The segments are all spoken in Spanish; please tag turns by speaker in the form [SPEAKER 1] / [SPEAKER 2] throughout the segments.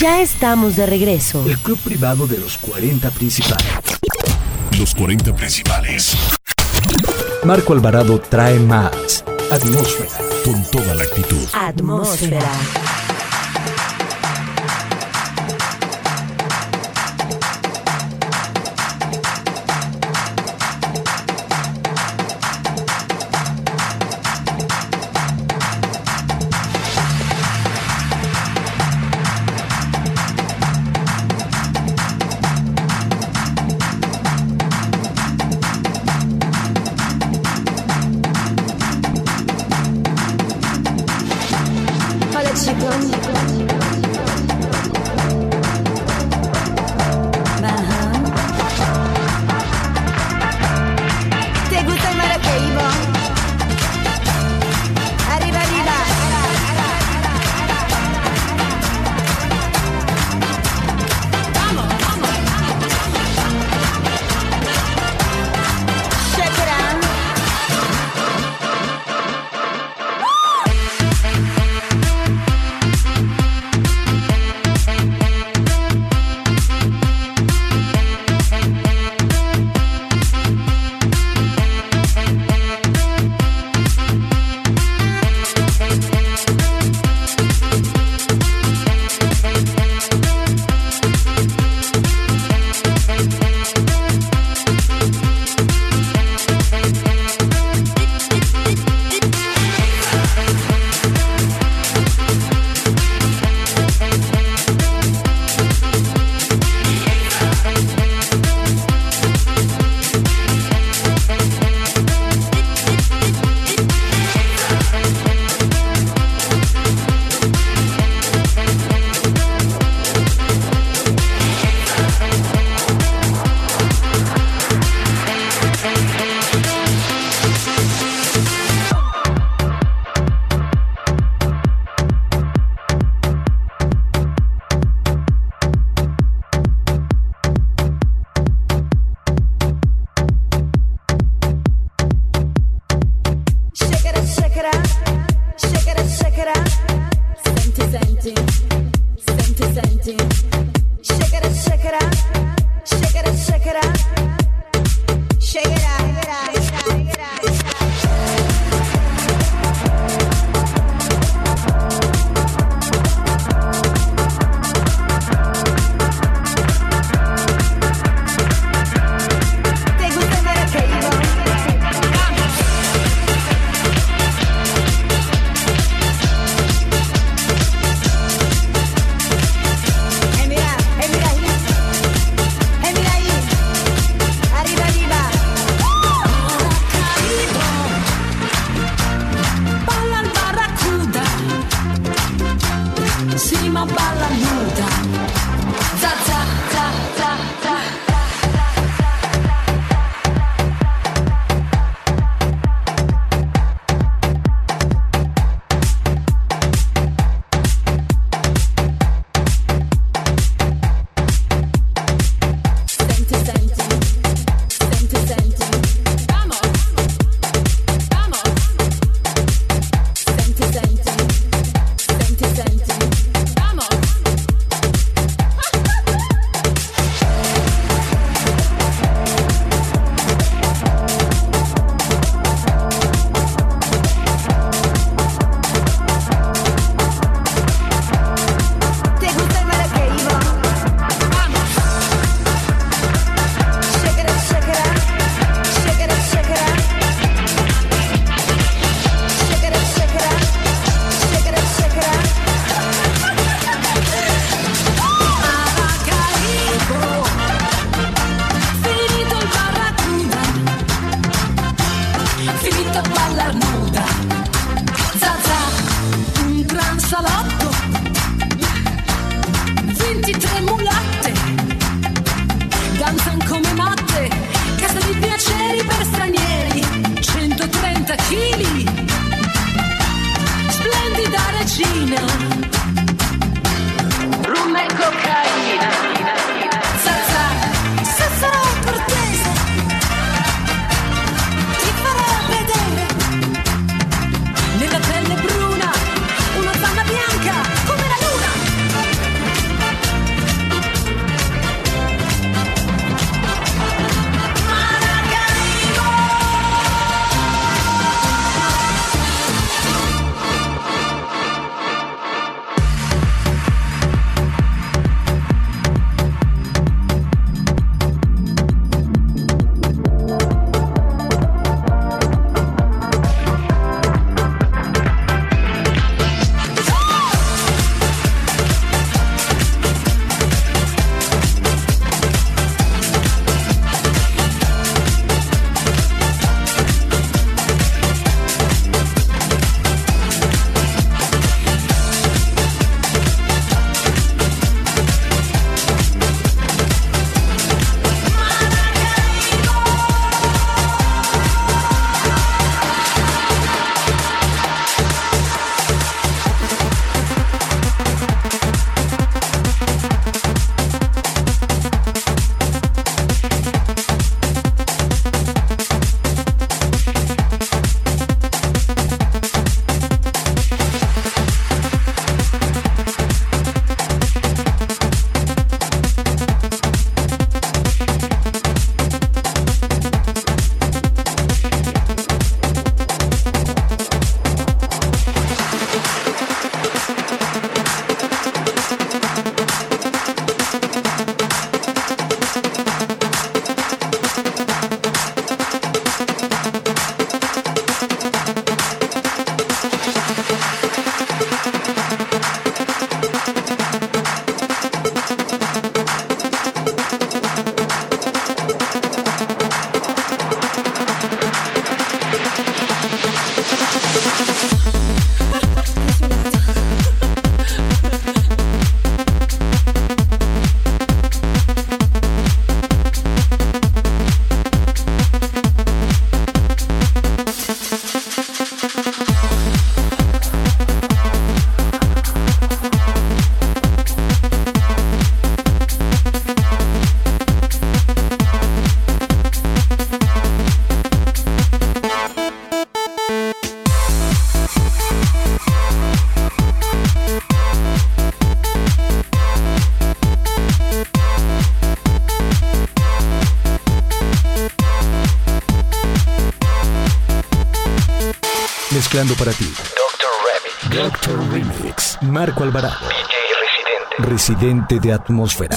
[SPEAKER 1] Ya estamos de regreso.
[SPEAKER 2] El club privado de los 40 principales.
[SPEAKER 3] Los 40 principales.
[SPEAKER 2] Marco Alvarado trae más. Atmósfera.
[SPEAKER 3] Con toda la actitud.
[SPEAKER 1] Atmósfera.
[SPEAKER 4] mezclando para ti.
[SPEAKER 2] Dr. Rabbit,
[SPEAKER 4] Doctor Remix. Marco Alvarado,
[SPEAKER 2] DJ Residente.
[SPEAKER 4] residente de atmósfera.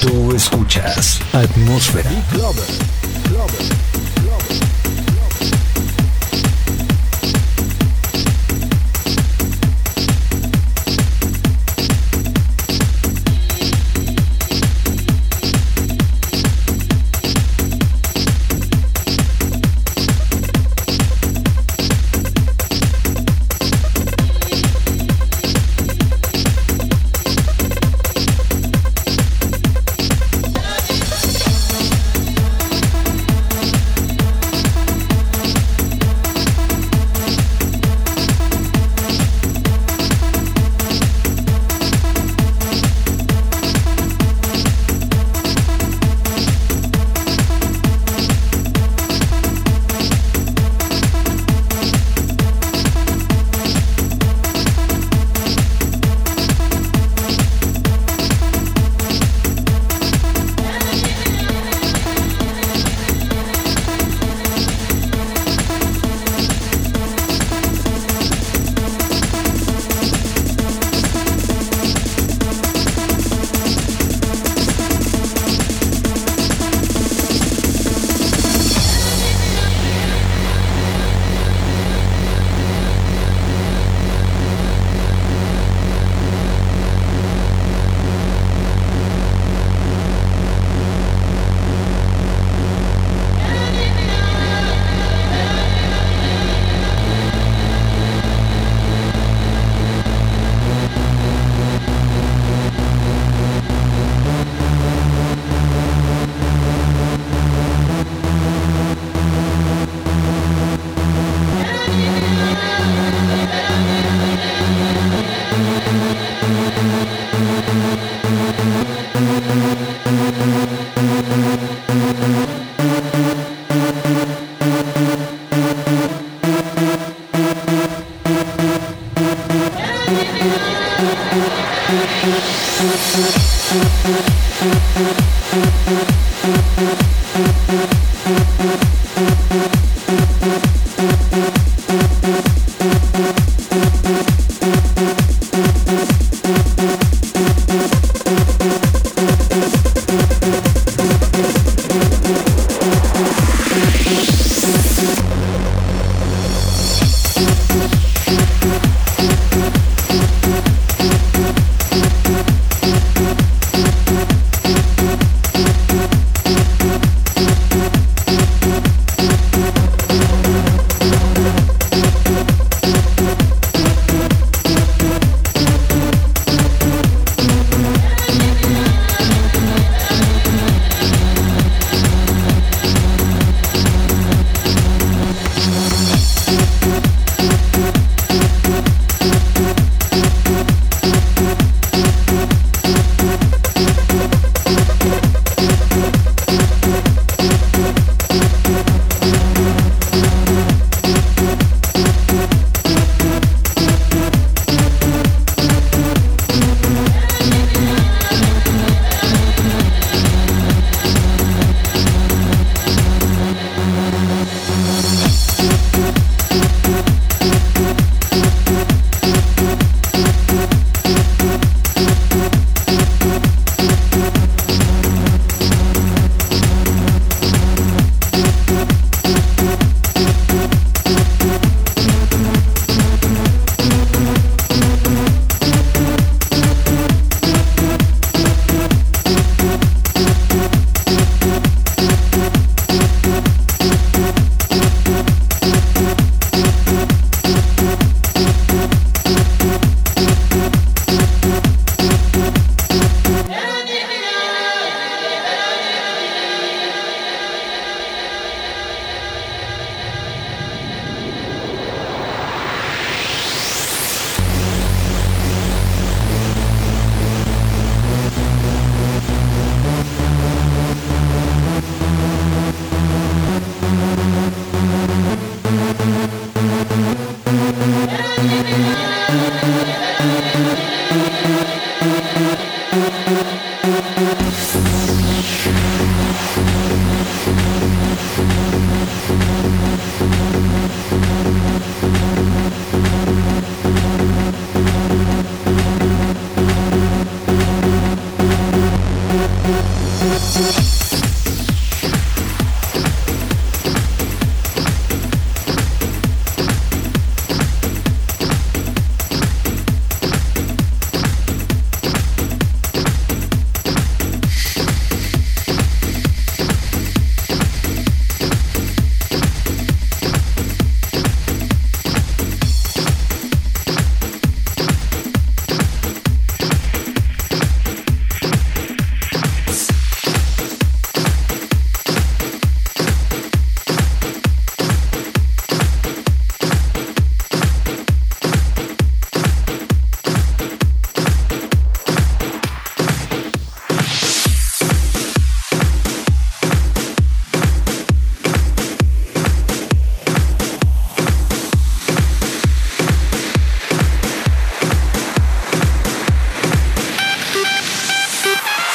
[SPEAKER 4] Tú escuchas atmósfera.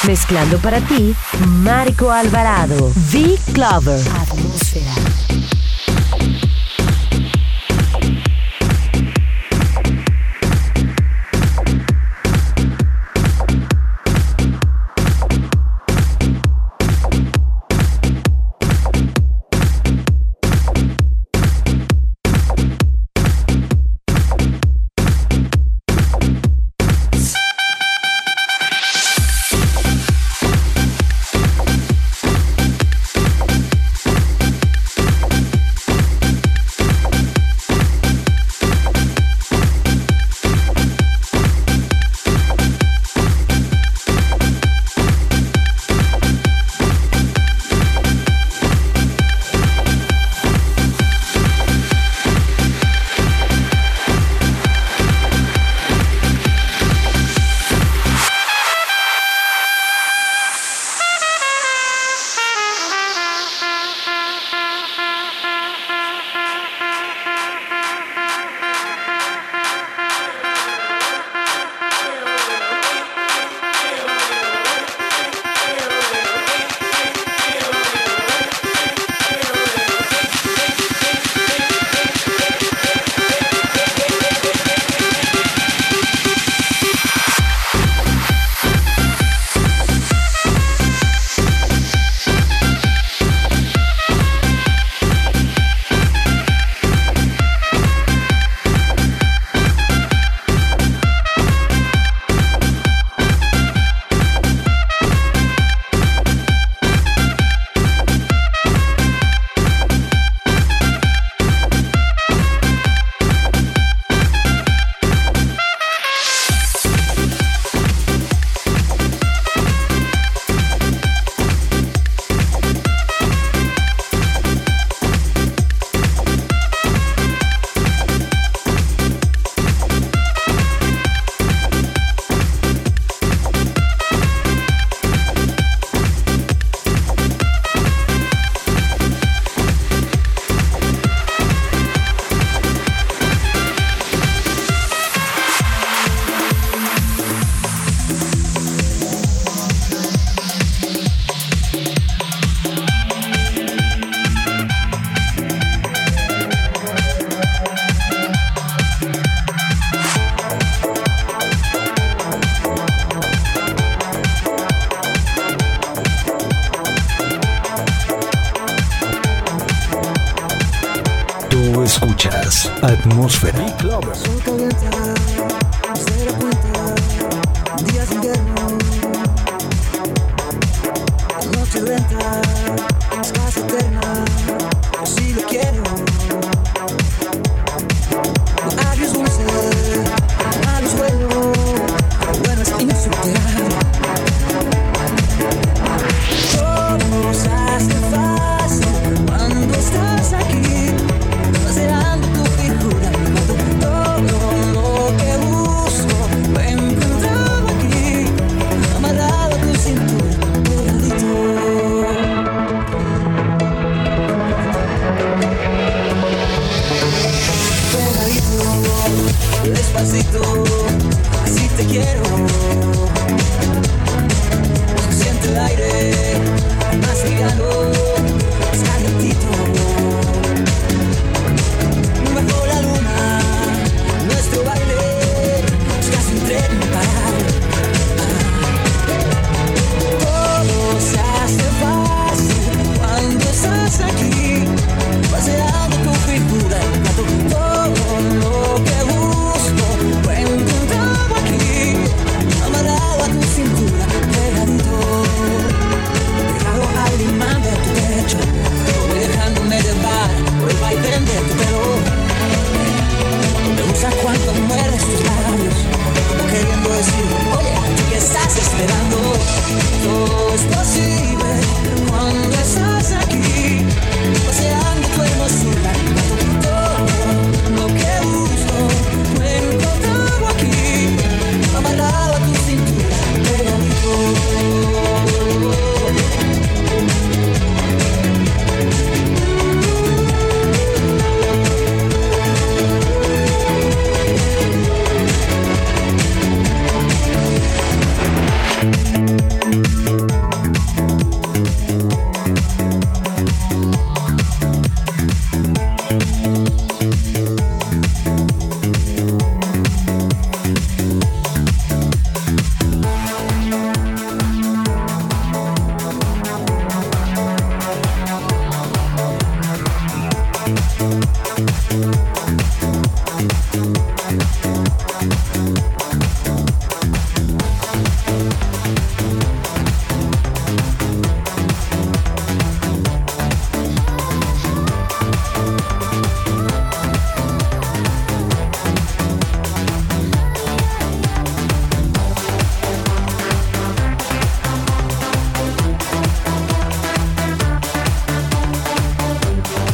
[SPEAKER 5] Mezclando para ti, Marco Alvarado. V Clover. Atmósfera.
[SPEAKER 2] Tú escuchas Atmósfera.
[SPEAKER 6] Días de invierno, noches lentas, casa eterna. Yo sí lo quiero. No hables dulce, malos sueños, bueno es insuperable. Todo se hace fácil cuando estás aquí, considerando tu figura y cuando todo lo que busco lo he encontrado aquí, amarrado a tu cintura, pegadito. pegadito, despacito, así te quiero. Siente el aire, más ligado, más calentito. Bajo la luna, nuestro baile es casi un tren sin parar. Todo se hace fácil cuando estás aquí, paseando tu figura y plato. Todo lo que busco, lo he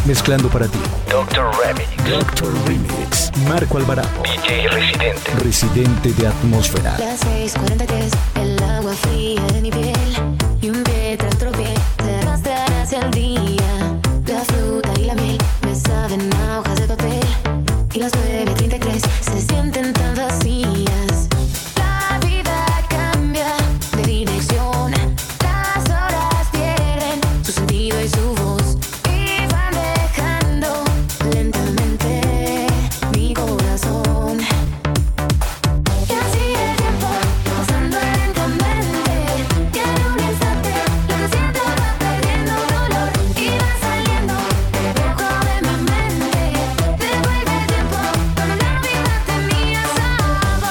[SPEAKER 2] mezclando para ti.
[SPEAKER 7] Doctor Remix,
[SPEAKER 2] Doctor Remix. Marco Alvarado,
[SPEAKER 7] DJ Residente,
[SPEAKER 2] residente de atmósfera.
[SPEAKER 8] Las 6:43, el agua fría de mi piel y un pie tras otro pie se arrastran hacia el día. La fruta y la miel me saben a hojas de papel y las 9:33 se sienten tan vacías. La vida cambia de dirección, las horas pierden su sentido y su voz y van dejando lentamente mi corazón. Y así el tiempo, pasando lentamente Y en un instante, lo que siento va perdiendo dolor Y va saliendo, el poco de mi mente Devuelve el tiempo, cuando la vida tenía sabor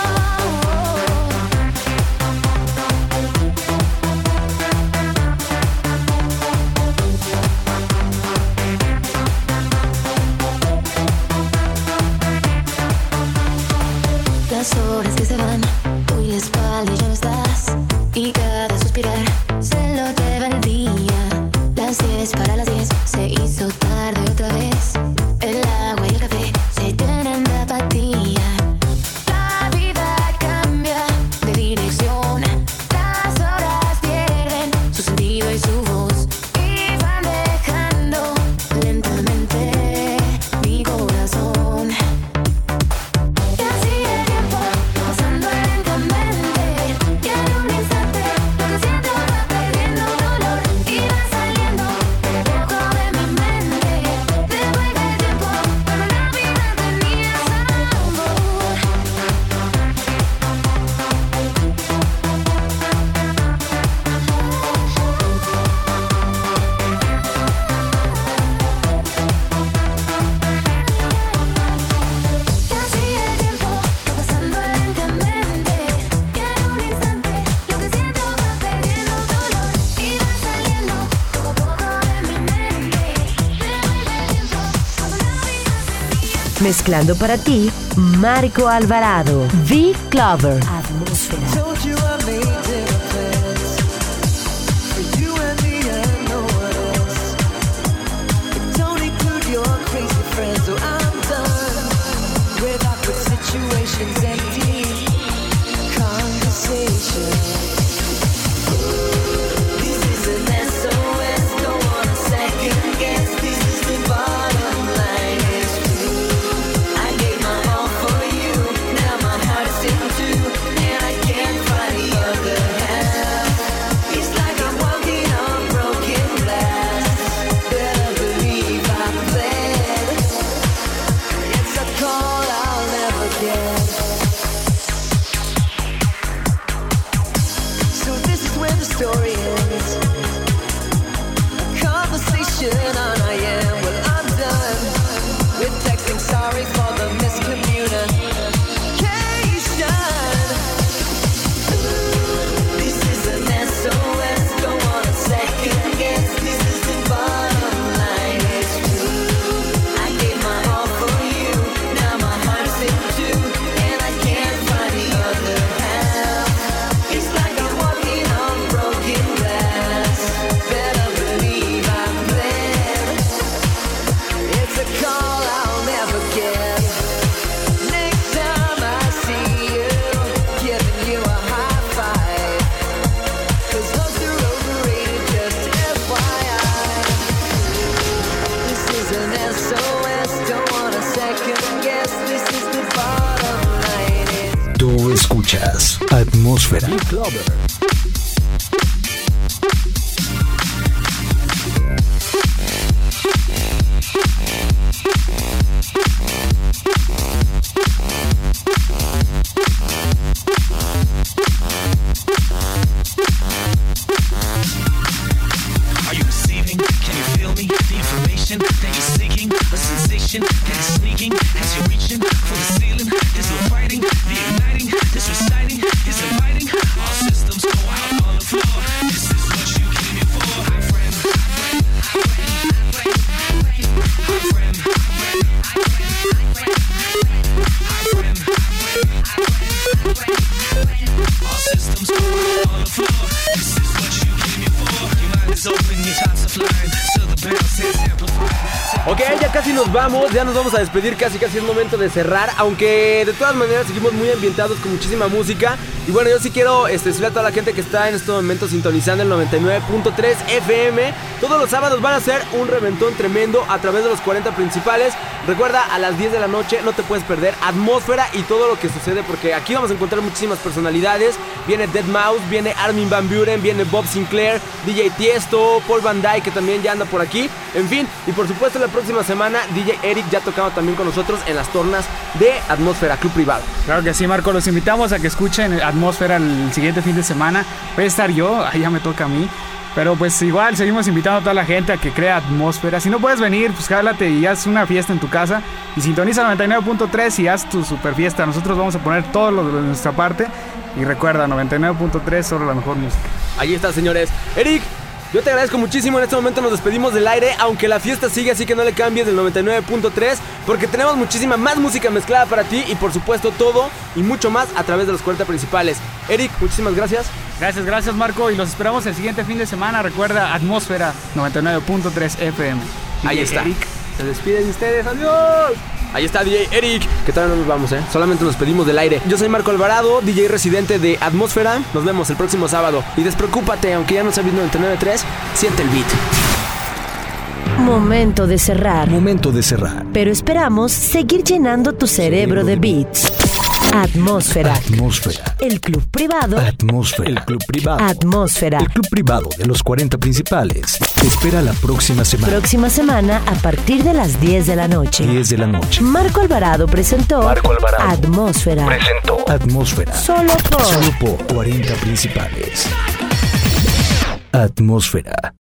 [SPEAKER 8] Las horas que se van, hoy la espalda y ya no estás. Y cada suspirar se lo lleva el día. Las 10 para las 10 se hizo tarde otra vez. El agua y el café se llenan de apatía. La vida cambia de dirección. Las horas pierden su sentido y su voz. Y van dejando lentamente mi corazón. Y así el tiempo, pasando lentamente Y en un instante, lo que siento va perdiendo dolor Y va saliendo, el poco de mi mente Devuelve el tiempo, cuando la vida tenía sabor Y así el tiempo va pasando lentamente Y en un instante lo que siento va perdiendo dolor Y va saliendo poco a poco de mi mente Devuelve el tiempo cuando la vida tenía
[SPEAKER 5] Mezclando para ti, Marco Alvarado. V Clover.
[SPEAKER 6] Told you I made different plans for you and me and no one else. But don't include your crazy friends, so I'm done with awkward situations and deep conversations. This is an SOS, don't wanna second guess. This is the bottom line. It's true. I gave my all for you. Now my heart is in two, and I can't find the other half. It's like I'm walking on broken glass. Better believe I bled. It's a call I'll never get. So this is where the story ends. A conversation on I am. Well, I'm done with texting. Sorry for the miscommunication. This is an SOS. Don't wanna second guess. This is the bottom line. It's true. I gave my all for you. Now my heart's in two, and I can't find the other half. It's like I'm walking on broken glass. Better believe I'm glad. It's a call I'll never get. Next time I see you, giving you a high five. 'Cause those are overrated, just FYI. This is an SOS, don't wanna second guess. This is the bottom line. It's
[SPEAKER 2] Tú escuchas Atmósfera.
[SPEAKER 9] Are you receiving? Can you feel me? The information that you're seeking, a sensation that is sneaking as you're reaching for the ceiling. There's no fighting, the igniting, this reciting is inviting. All systems go out on the floor. This is what you came here for, my friend. All systems go out on the floor. This is what you came here for. Your mind is open, your thoughts are flying. So the bounce is amplified.
[SPEAKER 10] Ok, ya
[SPEAKER 8] casi nos vamos, ya nos vamos a despedir, casi casi es momento de cerrar, aunque de todas maneras seguimos muy ambientados con muchísima música. Y bueno, yo sí quiero este, decirle a toda la gente que está en este momento sintonizando el 99.3 FM. Todos los sábados van a ser un reventón tremendo a través de los 40 principales. Recuerda, a las 10 de la noche no te puedes perder atmósfera y todo lo que sucede, porque aquí vamos a encontrar muchísimas personalidades. Viene Dead Mouse, viene Armin Van Buren, viene Bob Sinclair, DJ Tiesto, Paul Van Dyke, que también ya anda por aquí. En fin, y por supuesto la próxima semana DJ Eric ya tocaba también con nosotros en las tornas de Atmósfera Club Privado.
[SPEAKER 4] Claro que sí, Marco. Los invitamos a que escuchen Atmósfera el siguiente fin de semana. Voy a estar yo, ahí ya me toca a mí. Pero pues igual seguimos invitando a toda la gente a que crea atmósfera. Si no puedes venir, pues jálate y haz una fiesta en tu casa. Y sintoniza 99.3 y haz tu super fiesta. Nosotros vamos a poner todo lo de nuestra parte. Y recuerda, 99.3 sobre la mejor música.
[SPEAKER 8] Ahí está, señores. Eric, yo te agradezco muchísimo. En este momento nos despedimos del aire, aunque la fiesta sigue, así que no le cambies del 99.3, porque tenemos muchísima más música mezclada para ti y, por supuesto, todo y mucho más a través de los 40 principales. Eric, muchísimas gracias.
[SPEAKER 4] Gracias, gracias Marco. Y los esperamos el siguiente fin de semana. Recuerda, atmósfera 99.3 FM.
[SPEAKER 8] Ahí
[SPEAKER 4] DJ
[SPEAKER 8] está.
[SPEAKER 4] Eric.
[SPEAKER 8] Se despiden ustedes, adiós. Ahí está DJ Eric, que todavía no nos vamos, ¿eh? Solamente nos pedimos del aire. Yo soy Marco Alvarado, DJ residente de Atmósfera. Nos vemos el próximo sábado. Y despreocúpate, aunque ya no sabes 99.3, siente el beat.
[SPEAKER 5] Momento de cerrar.
[SPEAKER 2] Momento de cerrar.
[SPEAKER 5] Pero esperamos seguir llenando tu cerebro de beats. Atmósfera.
[SPEAKER 2] Atmósfera.
[SPEAKER 5] El club privado.
[SPEAKER 2] Atmósfera. El club privado.
[SPEAKER 5] Atmósfera.
[SPEAKER 2] El club privado de los 40 principales. Te espera la próxima semana.
[SPEAKER 5] Próxima semana a partir de las 10 de la noche.
[SPEAKER 2] 10 de la noche.
[SPEAKER 5] Marco Alvarado presentó
[SPEAKER 11] Marco Alvarado.
[SPEAKER 5] Atmósfera.
[SPEAKER 11] Presentó.
[SPEAKER 2] Atmósfera.
[SPEAKER 5] Solo por
[SPEAKER 2] Solo por 40 principales. Atmósfera.